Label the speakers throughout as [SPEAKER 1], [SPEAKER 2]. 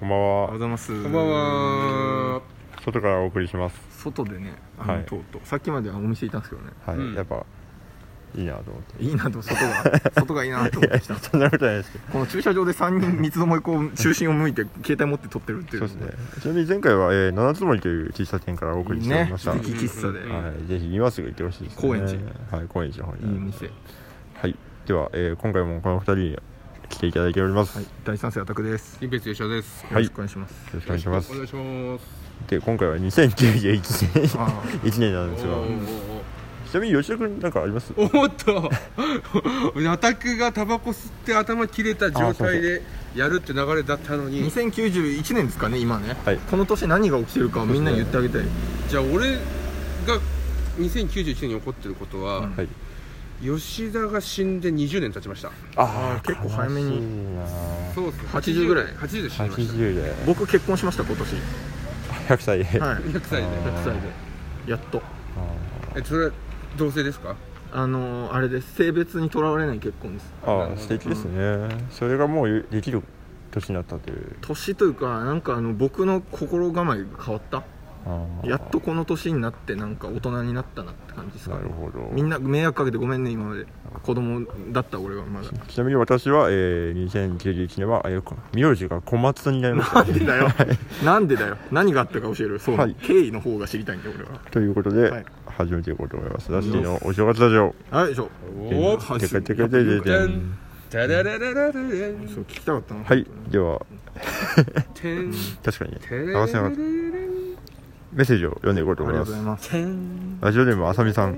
[SPEAKER 1] こんばん
[SPEAKER 2] おはようご
[SPEAKER 1] は。
[SPEAKER 2] ざいます
[SPEAKER 3] こんばんは
[SPEAKER 1] 外からお送りします。
[SPEAKER 2] 外でねあ
[SPEAKER 1] は
[SPEAKER 2] の
[SPEAKER 1] い
[SPEAKER 2] とうとうさっきまではお店いたんですけどね
[SPEAKER 1] はい、
[SPEAKER 3] うん
[SPEAKER 1] やっぱいいなと思って。
[SPEAKER 2] いいなと外 が外がいいなと思ってきた
[SPEAKER 1] そんなことないですけど。
[SPEAKER 2] この駐車場で3人三つどもえこう中心を向いて携帯持って撮ってるってい
[SPEAKER 1] そう
[SPEAKER 2] う
[SPEAKER 1] ですね。ちなみに前回は、えー、七つ森という喫茶店からお送りしており
[SPEAKER 2] ね
[SPEAKER 1] ました。
[SPEAKER 2] 素敵喫茶で、
[SPEAKER 3] うん
[SPEAKER 1] はい、ぜひ今すぐ行ってほしいです、ね。
[SPEAKER 2] 高円寺
[SPEAKER 1] はい、高円寺の方にあ
[SPEAKER 2] いい
[SPEAKER 1] ります。
[SPEAKER 2] 店、
[SPEAKER 1] はい、では、えー、今回もこの二人に来ていただいております。
[SPEAKER 2] はい
[SPEAKER 1] よ、
[SPEAKER 2] 第三世アタクですよ
[SPEAKER 3] 金別吉田です
[SPEAKER 1] は
[SPEAKER 2] ろ
[SPEAKER 1] い
[SPEAKER 2] しくお願いします、
[SPEAKER 1] ろしくお願いします
[SPEAKER 3] お。願いします
[SPEAKER 1] で、今回は2091年。
[SPEAKER 2] あ
[SPEAKER 1] 一年なんですよ
[SPEAKER 3] おー
[SPEAKER 1] ちなみに吉田君なんかあります
[SPEAKER 3] おーおーおーっとアタックがタバコ吸って頭切れた状態でやるって流れだった
[SPEAKER 2] あ
[SPEAKER 3] のに
[SPEAKER 2] 2091年ですかね今ね、
[SPEAKER 1] はい
[SPEAKER 2] この年何が起きてるかみんなに言ってあげたい、
[SPEAKER 3] じゃあ俺が2091年に起こってることは、
[SPEAKER 2] うん
[SPEAKER 1] はい
[SPEAKER 3] 吉田が死んで20年経ちました
[SPEAKER 2] あー結構早めに
[SPEAKER 1] 悲しいな
[SPEAKER 3] そうですね
[SPEAKER 2] 80ぐらい
[SPEAKER 3] 80で死にました
[SPEAKER 1] 80で
[SPEAKER 2] 僕結婚しました今年
[SPEAKER 1] 100歳で、
[SPEAKER 2] はい
[SPEAKER 3] 100歳で
[SPEAKER 2] 100歳でやっと
[SPEAKER 3] えそれは同性ですか
[SPEAKER 2] あのー、あれです性別にとらわれない結婚です
[SPEAKER 1] ああ素敵ですね、それがもうできる年になったという
[SPEAKER 2] 年というかなんかあの僕の心構えが変わった
[SPEAKER 1] ああ
[SPEAKER 2] やっとこの年になってなんか大人になったなって感じですか
[SPEAKER 1] な
[SPEAKER 2] ね
[SPEAKER 1] るほど
[SPEAKER 2] みんな迷惑かけてごめんね今まで子供だった俺はまだ
[SPEAKER 1] ちなみに私は、えー、2091年はえーこ名字が小松になりました、
[SPEAKER 2] なんでだよ なんでだよ何があったか教えるそう、
[SPEAKER 1] はい
[SPEAKER 2] 経緯の方が知りたいんだよ俺は
[SPEAKER 1] ということで、
[SPEAKER 2] はい
[SPEAKER 1] 始めていこうと思いますラッシーのお正月ラジオ
[SPEAKER 2] はいでしょ
[SPEAKER 3] お
[SPEAKER 2] ー
[SPEAKER 1] てかてかててて
[SPEAKER 3] て
[SPEAKER 1] ん
[SPEAKER 3] んタラララララレン
[SPEAKER 2] そう聞きたかったの
[SPEAKER 1] はいでは
[SPEAKER 3] てん
[SPEAKER 1] 確かに
[SPEAKER 3] てれれ
[SPEAKER 1] 合わせなかった
[SPEAKER 3] れん
[SPEAKER 1] メッセージを読んでいこうと
[SPEAKER 2] あ
[SPEAKER 1] 思
[SPEAKER 2] り
[SPEAKER 1] い
[SPEAKER 2] がと
[SPEAKER 1] ま
[SPEAKER 2] うご
[SPEAKER 1] す
[SPEAKER 2] ざいます
[SPEAKER 3] てん
[SPEAKER 1] ラジオネームあさみさん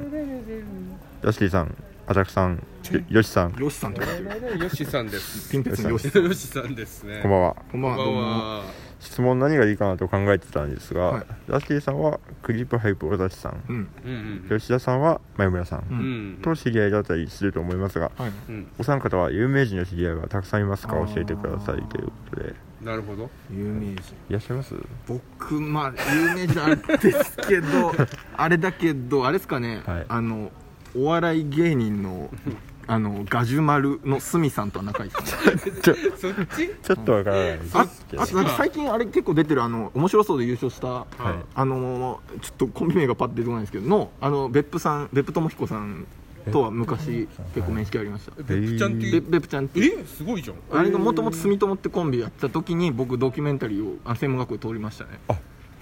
[SPEAKER 1] ラッシーさんアタクさんよよしさん
[SPEAKER 2] よしさんとか言ってる
[SPEAKER 3] よしさんです
[SPEAKER 2] ピンペスのよしさん
[SPEAKER 3] よしさんですね
[SPEAKER 1] こんばんは
[SPEAKER 2] こんばん
[SPEAKER 3] こんばん
[SPEAKER 2] は
[SPEAKER 3] は
[SPEAKER 1] 質問何がいいかなと考えてたんですが、
[SPEAKER 2] はい
[SPEAKER 1] ラッキーさんはクリープハイプ尾崎さん
[SPEAKER 2] どうも
[SPEAKER 3] うんうん
[SPEAKER 1] 吉田さんは前村さ
[SPEAKER 2] うんん
[SPEAKER 3] うん
[SPEAKER 1] と知り合いだったりすると思いますが
[SPEAKER 2] うんはい
[SPEAKER 3] うん
[SPEAKER 1] お三方は有名人の知り合いはたくさんいますか
[SPEAKER 2] あー
[SPEAKER 1] 教えてくださいということで
[SPEAKER 3] なるほど
[SPEAKER 2] 有名人
[SPEAKER 1] いらっしゃいます
[SPEAKER 2] 僕まあ有名じゃないですけ どあれだけどあれですかね、
[SPEAKER 1] はい
[SPEAKER 2] あのお笑い芸人のあのガジュマルのスミさんとは仲いいです
[SPEAKER 3] そっち
[SPEAKER 1] ちょっとわからないです
[SPEAKER 2] あ
[SPEAKER 1] けど
[SPEAKER 2] あとなんか最近あれ結構出てるあの面白そうで優勝した
[SPEAKER 1] はい
[SPEAKER 2] あのちょっとコンビ名がパッて出てこないんですけどのあの別府さん別府智彦さんとは昔結構面識ありました
[SPEAKER 3] えべっぷちゃんってい
[SPEAKER 2] べ
[SPEAKER 3] う
[SPEAKER 2] 別府ちゃんっていう
[SPEAKER 3] えすごいじゃん
[SPEAKER 2] あれがもともと住友ってコンビやってた時に僕ドキュメンタリーをあ専門学校で通りましたね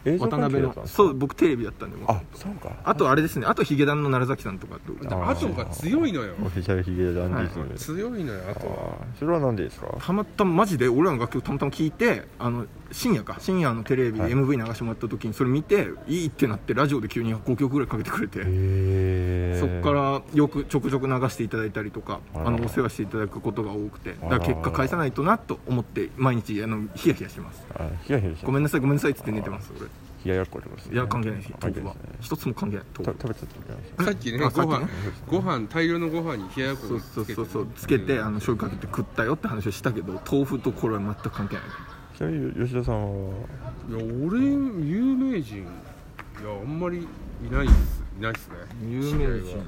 [SPEAKER 1] 映像
[SPEAKER 2] 渡
[SPEAKER 1] 関係
[SPEAKER 2] 辺
[SPEAKER 1] だったん
[SPEAKER 2] の
[SPEAKER 1] ですか
[SPEAKER 2] そう僕テレビだったんでもとも
[SPEAKER 1] あ
[SPEAKER 2] と
[SPEAKER 1] そうか
[SPEAKER 2] あとあれですね、あとヒゲダンの楢崎さんとかと。
[SPEAKER 1] あ
[SPEAKER 3] あとが強いのよ
[SPEAKER 1] オフィシャルヒゲダンディズムです、
[SPEAKER 3] 強いのよあとは
[SPEAKER 1] あーそれは何でですか
[SPEAKER 2] たまたまマジで俺らの楽曲たまたま聞いてあの深夜か深夜のテレビで
[SPEAKER 1] はい
[SPEAKER 2] MV 流してもらった時にそれ見ていいってなってラジオで急に5曲ぐらいかけてくれて、
[SPEAKER 1] へ
[SPEAKER 2] そっからよくちょくちょく流していただいたりとか
[SPEAKER 1] あら
[SPEAKER 2] あのお世話していただくことが多くてだから
[SPEAKER 1] あら
[SPEAKER 2] 結果返さないとなと思って毎日あのヒヤヒヤしてます
[SPEAKER 1] らヒヤヒヤして
[SPEAKER 2] ごめんなさいごめんなさいっつって寝てます俺
[SPEAKER 1] 冷ややっこってことですね
[SPEAKER 2] いや関係ないです
[SPEAKER 1] 関
[SPEAKER 2] 豆
[SPEAKER 1] 係
[SPEAKER 2] 腐
[SPEAKER 1] な
[SPEAKER 2] は
[SPEAKER 1] いですね
[SPEAKER 2] 一つも関係ない
[SPEAKER 1] た
[SPEAKER 2] 豆腐
[SPEAKER 1] 食べちゃったんじゃないですか
[SPEAKER 3] さっきね
[SPEAKER 2] あ
[SPEAKER 3] ご
[SPEAKER 2] さっき
[SPEAKER 3] 飯
[SPEAKER 2] ね
[SPEAKER 3] ご飯大量のご飯に冷ややっ
[SPEAKER 2] そ
[SPEAKER 3] こ
[SPEAKER 2] うそうそうそうつけてあの醤油かけて食ったよって話をしたけど豆腐とこれは全く関係ない
[SPEAKER 1] ちなみに吉田さんはい
[SPEAKER 3] や俺有名人いやあんまりいないですいないですね
[SPEAKER 2] 有名人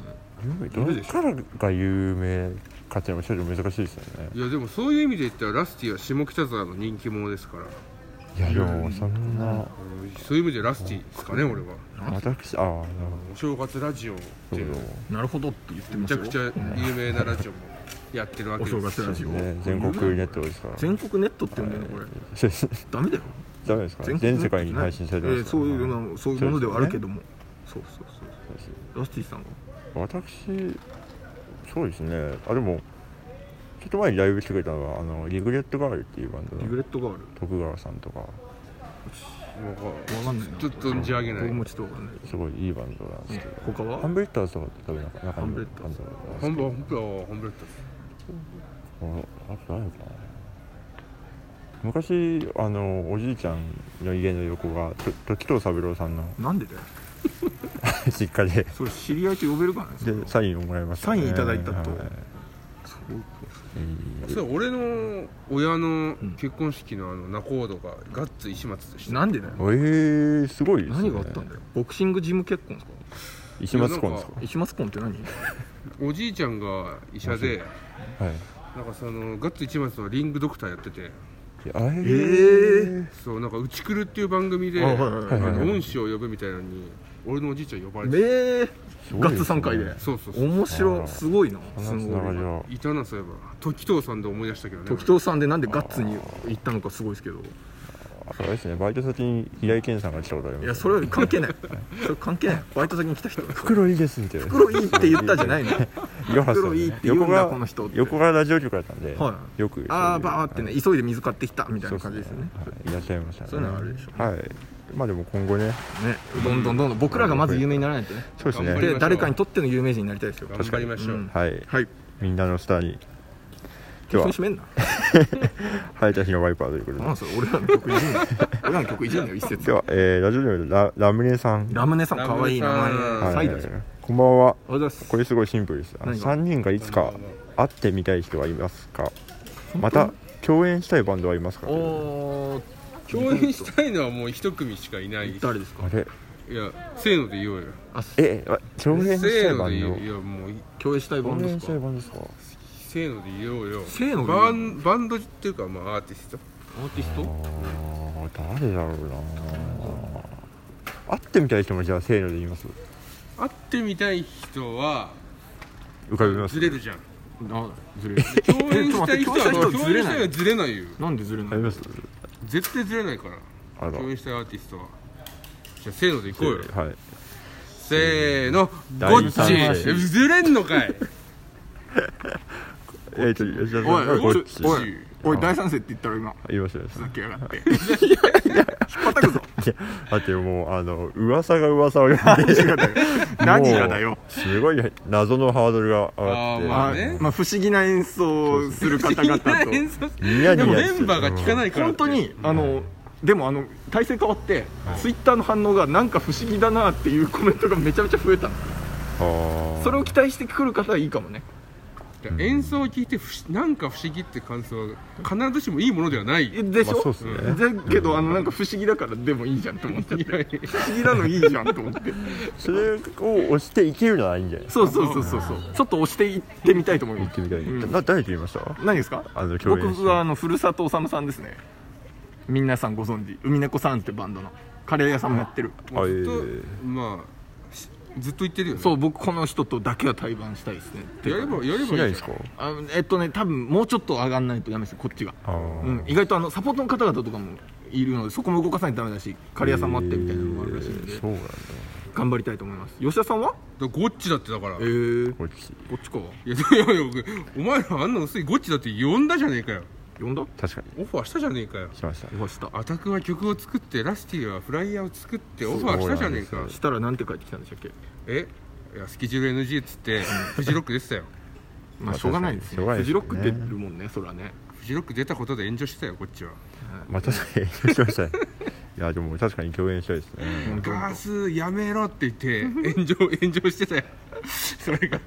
[SPEAKER 1] 有名ど
[SPEAKER 2] いる
[SPEAKER 1] れ
[SPEAKER 2] でし
[SPEAKER 1] からが有名かっていうのも正直難しいですよね
[SPEAKER 3] いやでもそういう意味で言ったらラスティは下北沢の人気者ですから
[SPEAKER 1] いやでもそんな
[SPEAKER 3] うんそういう意味でラスティですかね俺は
[SPEAKER 1] 私ああなる
[SPEAKER 3] お正月ラジオって
[SPEAKER 1] ほ
[SPEAKER 3] い
[SPEAKER 1] ど
[SPEAKER 3] うのを
[SPEAKER 2] なるほどって言って
[SPEAKER 3] め
[SPEAKER 2] ま
[SPEAKER 3] ち
[SPEAKER 2] す
[SPEAKER 3] ゃ
[SPEAKER 2] よ
[SPEAKER 3] くちゃ有名なラジオもやってるわけ
[SPEAKER 2] お
[SPEAKER 3] です
[SPEAKER 2] 正月ラジ
[SPEAKER 1] そ
[SPEAKER 2] オ、
[SPEAKER 1] うですね全国ネットですから
[SPEAKER 2] 全国ネットって言うんだよこれ、
[SPEAKER 1] そうです
[SPEAKER 2] ダメだよ
[SPEAKER 1] ダメですか
[SPEAKER 2] 全国ネッ
[SPEAKER 1] 全
[SPEAKER 2] ト
[SPEAKER 1] 世界に配信されてます
[SPEAKER 2] ええそういうのそういうものではあるけどもそう,、そうそう
[SPEAKER 1] そうです
[SPEAKER 2] そうラスティさんは
[SPEAKER 1] 私そうですねあでもちょっと前にライブしてくれたのはあのリグレットガールっていうバンド
[SPEAKER 2] リグレ
[SPEAKER 1] の
[SPEAKER 2] ットガール
[SPEAKER 1] 徳川さんとか
[SPEAKER 3] もう
[SPEAKER 2] わかんないな
[SPEAKER 3] ちょっと存じ上げない
[SPEAKER 2] 僕もちょっとわかんない
[SPEAKER 1] すごいいいバンドなんですけど
[SPEAKER 2] 他は
[SPEAKER 1] ハンブレッダーズとかって食べなかった
[SPEAKER 2] ハンブレッダーズ
[SPEAKER 3] ハンバ本当は本当だっ
[SPEAKER 1] ああと何かな昔あのおじいちゃんの家の横がと時藤三郎さんの
[SPEAKER 2] なんでだよ
[SPEAKER 1] 実家で
[SPEAKER 2] それ知り合いと呼べるからねそれ
[SPEAKER 1] でサインをもらいました、
[SPEAKER 2] サインいただいたと
[SPEAKER 1] はい
[SPEAKER 2] そう
[SPEAKER 3] たそれ俺の親の結婚式のあの仲人がガッツ石松でした
[SPEAKER 2] なんでだよ
[SPEAKER 1] えー、すごいですね
[SPEAKER 2] 何があったんだよボクシングジム結婚ですか
[SPEAKER 1] 石松婚ですか
[SPEAKER 2] 石松婚って何
[SPEAKER 3] おじいちゃんが医者で
[SPEAKER 1] はい
[SPEAKER 3] なんかそのガッツ石松はリングドクターやってて
[SPEAKER 1] いやあれ
[SPEAKER 2] え
[SPEAKER 3] そうなんか「うちくる」っていう番組で
[SPEAKER 2] あは
[SPEAKER 3] あ
[SPEAKER 2] いはいはい
[SPEAKER 1] はい
[SPEAKER 3] の恩師を呼ぶみたいなのに俺のおじいちゃん呼ばれて
[SPEAKER 2] え
[SPEAKER 1] すごい
[SPEAKER 2] ガ
[SPEAKER 1] ですね
[SPEAKER 2] ッツ3回で
[SPEAKER 3] そうそうそう
[SPEAKER 2] 面白いすごいな
[SPEAKER 1] そんな
[SPEAKER 2] す
[SPEAKER 1] つなが
[SPEAKER 2] ごい
[SPEAKER 1] りは。
[SPEAKER 3] いたなそういえば時藤さんで思い出したけどね
[SPEAKER 2] 時藤さんでなんでガッツに行ったのかすごいですけど
[SPEAKER 1] あそうですね、バイト先に平井堅さんが来たことあります。
[SPEAKER 2] いやそれは関係ないそれ関係ないバイト先に来た人
[SPEAKER 1] 袋いいですみたいな。
[SPEAKER 2] 袋いいって言ったじゃないの
[SPEAKER 1] よかったですね
[SPEAKER 2] 袋いいって言うんだ
[SPEAKER 1] 横が
[SPEAKER 2] この人って
[SPEAKER 1] 横がラジオ局だったんで、
[SPEAKER 2] は
[SPEAKER 1] よく
[SPEAKER 2] ああバーってね急いで水買ってきたみたい
[SPEAKER 1] そ
[SPEAKER 2] な
[SPEAKER 1] うっ
[SPEAKER 2] 感じですよね
[SPEAKER 1] はいいらっしゃいましたね
[SPEAKER 2] そういうのはあるでしょ
[SPEAKER 1] はいまあでも今後ね
[SPEAKER 2] ねどんどんどんどん僕らがまず有名にならないとね
[SPEAKER 1] そうです
[SPEAKER 3] 頑張り
[SPEAKER 1] ね
[SPEAKER 2] で誰かにとっての有名人になりたいですよ
[SPEAKER 3] 頑張りましょう、
[SPEAKER 2] うん
[SPEAKER 1] はい
[SPEAKER 2] はい
[SPEAKER 1] みんなのスターに今
[SPEAKER 2] 曲
[SPEAKER 1] 日
[SPEAKER 2] に締
[SPEAKER 1] は
[SPEAKER 2] めんな
[SPEAKER 1] 生えた日のワイパーということで
[SPEAKER 2] なん
[SPEAKER 1] 今
[SPEAKER 2] それ俺らの曲いじんなよ俺らの曲いじんなよ一
[SPEAKER 1] 日
[SPEAKER 2] 節
[SPEAKER 1] は、えー、ラジオネームララムネさん
[SPEAKER 2] ラムネさんかわいい名前
[SPEAKER 3] ラムネさん
[SPEAKER 2] サ
[SPEAKER 1] は
[SPEAKER 2] イ
[SPEAKER 1] い
[SPEAKER 2] ダーじゃんありがとう
[SPEAKER 1] こんばんは
[SPEAKER 2] ございます
[SPEAKER 1] これすごいシンプルですあの
[SPEAKER 2] 何が
[SPEAKER 1] 3人がいつか会ってみたい人はいますかまた共演したいバンドはいますか
[SPEAKER 2] おー
[SPEAKER 3] 共演したいのはもう一組しかいないいや
[SPEAKER 2] 誰ですか
[SPEAKER 1] あれ
[SPEAKER 3] せーので言おうよ
[SPEAKER 2] あ
[SPEAKER 1] えあ共演した
[SPEAKER 3] せ
[SPEAKER 1] い
[SPEAKER 3] ー
[SPEAKER 1] バ
[SPEAKER 3] ので
[SPEAKER 1] ン
[SPEAKER 3] 言おう
[SPEAKER 1] ド
[SPEAKER 3] いやもうい
[SPEAKER 2] 共演したいバン
[SPEAKER 1] 共
[SPEAKER 2] ドで
[SPEAKER 1] 演し
[SPEAKER 2] す
[SPEAKER 1] たい
[SPEAKER 2] か
[SPEAKER 1] バンドですか
[SPEAKER 3] せーので言おうよ
[SPEAKER 2] せーので言おう
[SPEAKER 3] バンバンドっていうかまあアーティスト
[SPEAKER 2] アーティスト
[SPEAKER 1] あー誰だろうな会ってみたい人もじゃあせーので言います
[SPEAKER 3] 会ってみたい人は
[SPEAKER 1] 浮かびます
[SPEAKER 3] ずれるじゃん
[SPEAKER 2] あずれる
[SPEAKER 3] 共演したい人は
[SPEAKER 2] えちょっと待って共
[SPEAKER 3] 共
[SPEAKER 2] 演
[SPEAKER 3] 演
[SPEAKER 2] し
[SPEAKER 3] したた
[SPEAKER 2] い
[SPEAKER 3] い
[SPEAKER 2] 人
[SPEAKER 3] は
[SPEAKER 2] は
[SPEAKER 3] ずれないよ
[SPEAKER 2] なんでずれ
[SPEAKER 1] あ
[SPEAKER 2] な
[SPEAKER 1] り
[SPEAKER 2] い
[SPEAKER 1] ます
[SPEAKER 3] 絶対ずれないから
[SPEAKER 1] あら
[SPEAKER 3] 共演したいアーティストはじゃあせーので行こうよ
[SPEAKER 1] はい
[SPEAKER 3] せーの
[SPEAKER 1] 第
[SPEAKER 3] ゴッ
[SPEAKER 1] 三
[SPEAKER 3] チ
[SPEAKER 1] 者
[SPEAKER 3] ずれんのかい
[SPEAKER 1] えー、ちょっと吉田
[SPEAKER 2] おい
[SPEAKER 1] さん
[SPEAKER 2] お
[SPEAKER 1] こ
[SPEAKER 2] い
[SPEAKER 1] っち
[SPEAKER 2] おいおい大賛成って言ったら今
[SPEAKER 1] 言いましたよ
[SPEAKER 2] ふざけやがって引っ叩くぞ
[SPEAKER 1] だってもうあの噂が噂を呼んで
[SPEAKER 2] 何がだよ何がだ
[SPEAKER 1] も
[SPEAKER 2] よ
[SPEAKER 1] うすごい謎のハードルが上がって
[SPEAKER 3] あーま
[SPEAKER 2] あ
[SPEAKER 3] あね
[SPEAKER 2] まあ不思議な演奏をする方々と
[SPEAKER 3] 演奏し
[SPEAKER 1] ニヤ
[SPEAKER 3] で
[SPEAKER 1] ニ
[SPEAKER 3] も
[SPEAKER 1] ヤして
[SPEAKER 3] メンバーが聞かないからっ
[SPEAKER 2] 本
[SPEAKER 3] て
[SPEAKER 2] 当にあのでもあの体制変わってツイッターの反応がなんか不思議だなっていうコメントがめちゃめちゃ増えたの
[SPEAKER 1] あー
[SPEAKER 2] それを期待してくる方はいいかもね
[SPEAKER 3] 演奏を聞いて不思なんか不思議って感想は必ずしもいいものではない
[SPEAKER 2] でし
[SPEAKER 1] まあそ
[SPEAKER 2] ょ
[SPEAKER 1] うっすね
[SPEAKER 2] だけどあのなんか不思議だからでもいいじゃんと思って不思議なのいいじゃんと思って
[SPEAKER 1] それを押していけるのはいいんじゃない
[SPEAKER 2] そうそうそうそうそうちょっと押していってみたいと思い
[SPEAKER 1] 行
[SPEAKER 2] ま
[SPEAKER 1] っ
[SPEAKER 2] す
[SPEAKER 1] てみたい、
[SPEAKER 2] うん
[SPEAKER 1] な誰と言いました
[SPEAKER 2] 何ですか
[SPEAKER 1] あの共演して
[SPEAKER 2] 僕はあの古里治さんですね皆さんご存知海猫さんってバンドのカレー屋さんもやってる
[SPEAKER 3] もうずっと
[SPEAKER 1] あえ
[SPEAKER 3] まあしずっと言ってるよね
[SPEAKER 2] そう僕この人とだけは対バンしたいですねって
[SPEAKER 3] やればやればい
[SPEAKER 1] し
[SPEAKER 3] いじ
[SPEAKER 1] な
[SPEAKER 3] ゃ
[SPEAKER 1] い
[SPEAKER 3] ん
[SPEAKER 1] ですか
[SPEAKER 2] あのえっとね多分もうちょっと上がんないとダメですよこっちが、
[SPEAKER 1] あー、
[SPEAKER 2] うん、意外とあのサポートの方々とかもいるのでそこも動かさないとダメだしカレー屋さんもあってみたいなのもあるらしいんで、
[SPEAKER 1] えーそうなんだ
[SPEAKER 2] 頑張りたいと思います吉田さんは
[SPEAKER 3] だからゴッチだってだから、
[SPEAKER 2] えー、
[SPEAKER 1] こっち
[SPEAKER 2] こっちか
[SPEAKER 3] いやいやいや僕お前らあんな薄いゴッチだって呼んだじゃねえかよ
[SPEAKER 2] 呼んだ
[SPEAKER 1] 確かに
[SPEAKER 3] オファーしたじゃねえかよ
[SPEAKER 1] しました
[SPEAKER 2] オファーした
[SPEAKER 3] アタクは曲を作ってラスティはフライヤーを作ってオファーしたじゃねえ
[SPEAKER 1] そうな
[SPEAKER 3] か
[SPEAKER 1] んです
[SPEAKER 2] したらなんて帰ってきたんでしたっけ
[SPEAKER 3] えいやスケジュール NG っつってフジロック出てたよ
[SPEAKER 2] ま
[SPEAKER 1] ま
[SPEAKER 2] あ
[SPEAKER 1] あ
[SPEAKER 2] しょうがないです
[SPEAKER 1] しょ
[SPEAKER 2] ね
[SPEAKER 1] うがな
[SPEAKER 2] フ
[SPEAKER 1] いです
[SPEAKER 2] ジ
[SPEAKER 1] ね
[SPEAKER 2] ロック出るもんねそらね
[SPEAKER 3] フジロック出たことで炎上してたよこっちは
[SPEAKER 1] まあ確かにしましたねいやでも確かに共演したいですね
[SPEAKER 2] 本当
[SPEAKER 3] ガースやめろって言って炎上炎上してたよそれが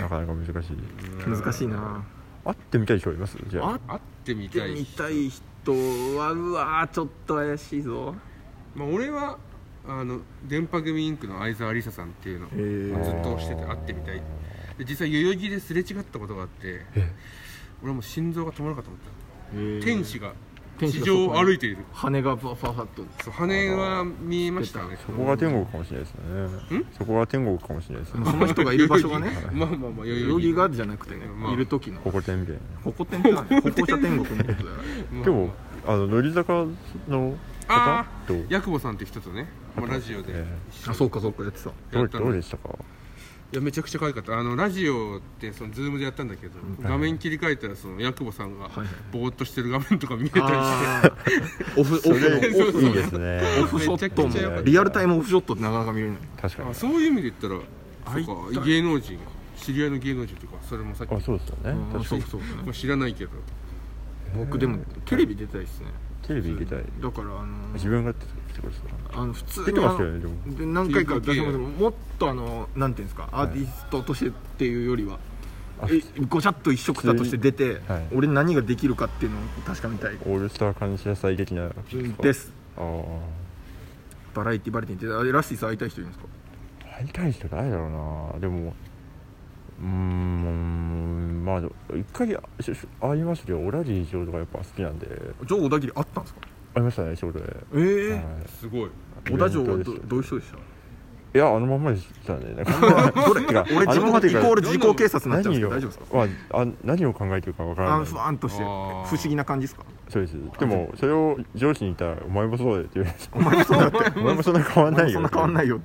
[SPEAKER 1] なかなか難しい
[SPEAKER 2] 難しいな
[SPEAKER 1] 会ってみたい人いますじゃあ
[SPEAKER 2] 会っ
[SPEAKER 3] 会ってみた
[SPEAKER 2] て
[SPEAKER 3] い
[SPEAKER 2] みたい人はうわーちょっと怪しいぞ
[SPEAKER 3] まあ、俺はあの電波組インクの相沢りささんっていうの
[SPEAKER 2] へー
[SPEAKER 3] ずっと推してて会ってみたいで実際代々木ですれ違ったことがあって俺はもう心臓が止まらなかった思った天使が
[SPEAKER 2] 天使
[SPEAKER 3] 地
[SPEAKER 2] が
[SPEAKER 3] 上を歩いている
[SPEAKER 2] 羽がファファファッと
[SPEAKER 3] そう羽は見えましたね
[SPEAKER 1] そこが天国かもしれないですねそこが天国かもしれないですね
[SPEAKER 2] その人がいる場所 がね
[SPEAKER 3] まあまあまあ代
[SPEAKER 2] 代
[SPEAKER 3] 々
[SPEAKER 2] 々
[SPEAKER 3] 木
[SPEAKER 2] 木がじゃなくてね、
[SPEAKER 3] まあ
[SPEAKER 2] いる時の
[SPEAKER 1] ここ天みたいな
[SPEAKER 2] ここ天って何ここじゃ天国のことだよ
[SPEAKER 3] ま
[SPEAKER 1] 今
[SPEAKER 3] あ
[SPEAKER 1] 日あの乃木坂の方
[SPEAKER 3] あ
[SPEAKER 1] と
[SPEAKER 3] あ八久保さんって人とね、まあ、ラジオで
[SPEAKER 1] え
[SPEAKER 2] あそうかそうかやってた
[SPEAKER 1] ど
[SPEAKER 3] やっ
[SPEAKER 1] う
[SPEAKER 3] た
[SPEAKER 1] ど
[SPEAKER 3] の
[SPEAKER 1] う
[SPEAKER 3] い
[SPEAKER 1] でしたか
[SPEAKER 3] やめちゃくちゃ可愛かったあのラジオってそのズームでやったんだけど画面切り替えたらその八久保さんが
[SPEAKER 2] はい
[SPEAKER 3] ぼーっとしてる画面とか見えたりして
[SPEAKER 2] あーオフオフ
[SPEAKER 1] そ れ
[SPEAKER 2] のオフ
[SPEAKER 1] いいですね
[SPEAKER 2] オフショット
[SPEAKER 3] めちゃくちゃ良かっ
[SPEAKER 2] も
[SPEAKER 3] た
[SPEAKER 2] リアルタイムオフショットってなかなか見れない
[SPEAKER 1] 確かに
[SPEAKER 3] あそういう意味で言ったらそうか芸能人知り合いの芸能人とかそれもさっき
[SPEAKER 1] あそうですよね
[SPEAKER 2] あ
[SPEAKER 1] 確か
[SPEAKER 2] そうそう
[SPEAKER 3] まあ知らないけど
[SPEAKER 2] 僕でもテレビ出たいですね
[SPEAKER 1] にテレビ行けたい
[SPEAKER 2] だからあの
[SPEAKER 1] 自分がってことですか
[SPEAKER 2] あの普通
[SPEAKER 1] 出
[SPEAKER 2] に
[SPEAKER 1] て
[SPEAKER 2] あ
[SPEAKER 1] ま
[SPEAKER 2] の
[SPEAKER 1] したよねでも
[SPEAKER 2] で何回か出しますけどもっとあのなんていうんですかアーティストとしてっていうよりは、えごちゃっと一色たとして出て、
[SPEAKER 1] はい
[SPEAKER 2] 俺何ができるかっていうのを確かめたい
[SPEAKER 1] オールスター感謝祭的な
[SPEAKER 2] です
[SPEAKER 1] ああ
[SPEAKER 2] バラエティバラエティってあれラッシーさん会いたい人いるんですか
[SPEAKER 1] 会いたい人ないだろうなでもうーんまあでも一回あししありましたけどオラジー仕事がやっぱ好きなんで
[SPEAKER 2] じゃあ小田切あったんですか
[SPEAKER 1] ありましたね仕事で、
[SPEAKER 2] ええ
[SPEAKER 1] はい
[SPEAKER 3] すごい
[SPEAKER 2] 小田城は
[SPEAKER 1] イベン
[SPEAKER 2] ど
[SPEAKER 1] トです
[SPEAKER 2] どういう人でした
[SPEAKER 1] いやあのまんまでしたね なんか
[SPEAKER 2] どれ
[SPEAKER 1] か
[SPEAKER 2] 俺自
[SPEAKER 1] あのまま
[SPEAKER 2] 分
[SPEAKER 1] で
[SPEAKER 2] イ
[SPEAKER 1] いいか
[SPEAKER 2] コー
[SPEAKER 1] ら
[SPEAKER 2] ル自己警察になっちゃうんですけ
[SPEAKER 1] 何
[SPEAKER 2] ど
[SPEAKER 1] を
[SPEAKER 2] 大丈夫ですか
[SPEAKER 1] まあ、あ何を考えてるかわから
[SPEAKER 2] あ
[SPEAKER 1] な
[SPEAKER 2] の
[SPEAKER 1] い
[SPEAKER 2] ふわんとして
[SPEAKER 3] あ
[SPEAKER 2] 不
[SPEAKER 3] ー
[SPEAKER 2] 思議な感じですか
[SPEAKER 1] そうですでもそれを上司に言ったら「お前もそうだよ」って言われて
[SPEAKER 2] お前もそうだって
[SPEAKER 1] お前もそんな変わんないよ
[SPEAKER 2] そんな変わんない
[SPEAKER 1] よ
[SPEAKER 2] よっ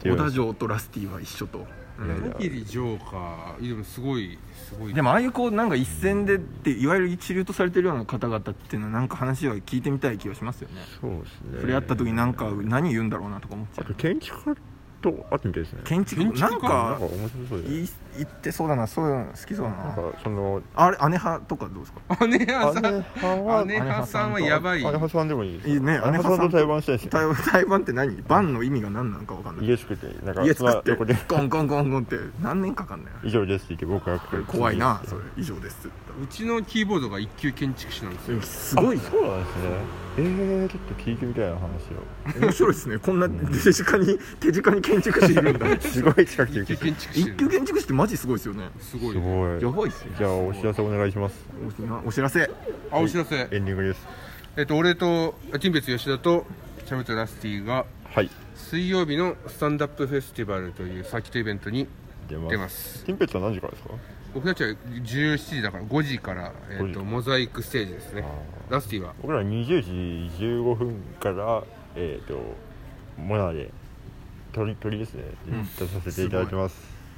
[SPEAKER 2] て小田城とラスティは一緒と
[SPEAKER 3] 小田切ジョーカーでもすごいすごい
[SPEAKER 2] でもああいうこうなんか一線でっていわゆる一流とされてるような方々っていうのはなんか話は聞いてみたい気がしますよね
[SPEAKER 1] そうですね
[SPEAKER 2] 触れ合った時になんか何言うんだろうなとか思っちゃ
[SPEAKER 1] あと
[SPEAKER 2] う
[SPEAKER 1] 建築家とあってみたいですね
[SPEAKER 2] 建築
[SPEAKER 3] 建築
[SPEAKER 2] なん
[SPEAKER 1] な
[SPEAKER 3] 家
[SPEAKER 1] ん
[SPEAKER 2] か
[SPEAKER 1] か面白そうで
[SPEAKER 2] い言ってそうだなそういうの好きそうだ
[SPEAKER 1] なん
[SPEAKER 2] な
[SPEAKER 1] かその
[SPEAKER 2] あれ姉派とかどうですか
[SPEAKER 3] 姉派さ
[SPEAKER 1] 姉
[SPEAKER 3] ん
[SPEAKER 1] 派は
[SPEAKER 3] 姉派さんは
[SPEAKER 2] 姉派さんと
[SPEAKER 3] やばい
[SPEAKER 1] 姉派さんでもいいです
[SPEAKER 2] いいね
[SPEAKER 1] 姉派さんと対バンしたいですね
[SPEAKER 2] 台湾台湾って何バンの意味が何なのかわかんない
[SPEAKER 1] 家作ってなんか
[SPEAKER 2] 家作っ
[SPEAKER 1] その横
[SPEAKER 2] て
[SPEAKER 1] で
[SPEAKER 2] ゴンゴンゴンゴンって何年かかんない
[SPEAKER 1] 以上ですって言って僕がこれ
[SPEAKER 2] 怖いなそれ以上ですって言っ
[SPEAKER 3] うちのキーボードが一級建築士なんです
[SPEAKER 2] た
[SPEAKER 3] よ
[SPEAKER 2] らすごい
[SPEAKER 1] あ
[SPEAKER 2] ね
[SPEAKER 1] そうなんですねえー、ちょっと聞いてみたいな話を
[SPEAKER 2] 面白いですねこんな手近に 手近に建築士いるんだ
[SPEAKER 1] すごい近くて
[SPEAKER 3] 一
[SPEAKER 1] 受
[SPEAKER 3] 級
[SPEAKER 1] けて
[SPEAKER 3] 建築士
[SPEAKER 2] 一級建築士ってマジすごいですよね
[SPEAKER 3] すごい
[SPEAKER 1] すごい
[SPEAKER 2] やばいっすね
[SPEAKER 1] じゃあお知らせお願いします
[SPEAKER 2] おお知らせ
[SPEAKER 3] あお知らせ
[SPEAKER 1] エンディングです
[SPEAKER 3] えっと俺と陳別吉田とチャムとラスティが
[SPEAKER 1] はい
[SPEAKER 3] 水曜日のスタンダップフェスティバルというサーキットイベントに
[SPEAKER 1] 出ます
[SPEAKER 3] 出ます
[SPEAKER 1] ティンペットは何時からですか
[SPEAKER 3] 僕たちは17時だから5時から、えっ
[SPEAKER 1] 5時
[SPEAKER 3] とモザイクステージですねラスティは
[SPEAKER 1] 僕ら20時15分からえっ、とモナで鳥鳥ですね、出させていただきます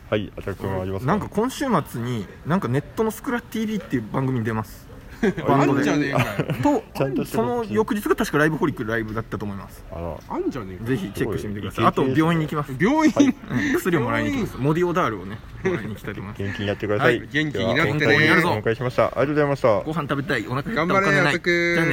[SPEAKER 1] はいアタックもあります
[SPEAKER 2] なんか今週末になんかネットの「スクラ TV」っていう番組に出ます
[SPEAKER 3] あ
[SPEAKER 2] バンド
[SPEAKER 3] ん
[SPEAKER 2] で
[SPEAKER 3] じゃねえかよ
[SPEAKER 2] と
[SPEAKER 1] ちゃんとした
[SPEAKER 2] その
[SPEAKER 1] 告知
[SPEAKER 2] 翌日が確かライブホリックライブだったと思います
[SPEAKER 1] あら
[SPEAKER 3] あんじゃねえか
[SPEAKER 2] ぜひチェックしてみてください
[SPEAKER 1] すごい
[SPEAKER 2] あと病院に行きます
[SPEAKER 3] 病院、
[SPEAKER 2] うん薬をもらいに行き ますモディオダールをねもらいに行きたいと思います
[SPEAKER 1] 元気にやってください、
[SPEAKER 3] はい元気になってね
[SPEAKER 1] では今回もお迎えしましたありがとうございました
[SPEAKER 2] ご飯食べたいお腹減った
[SPEAKER 3] 頑張れ
[SPEAKER 2] お金ない
[SPEAKER 3] 安田君
[SPEAKER 2] じゃあね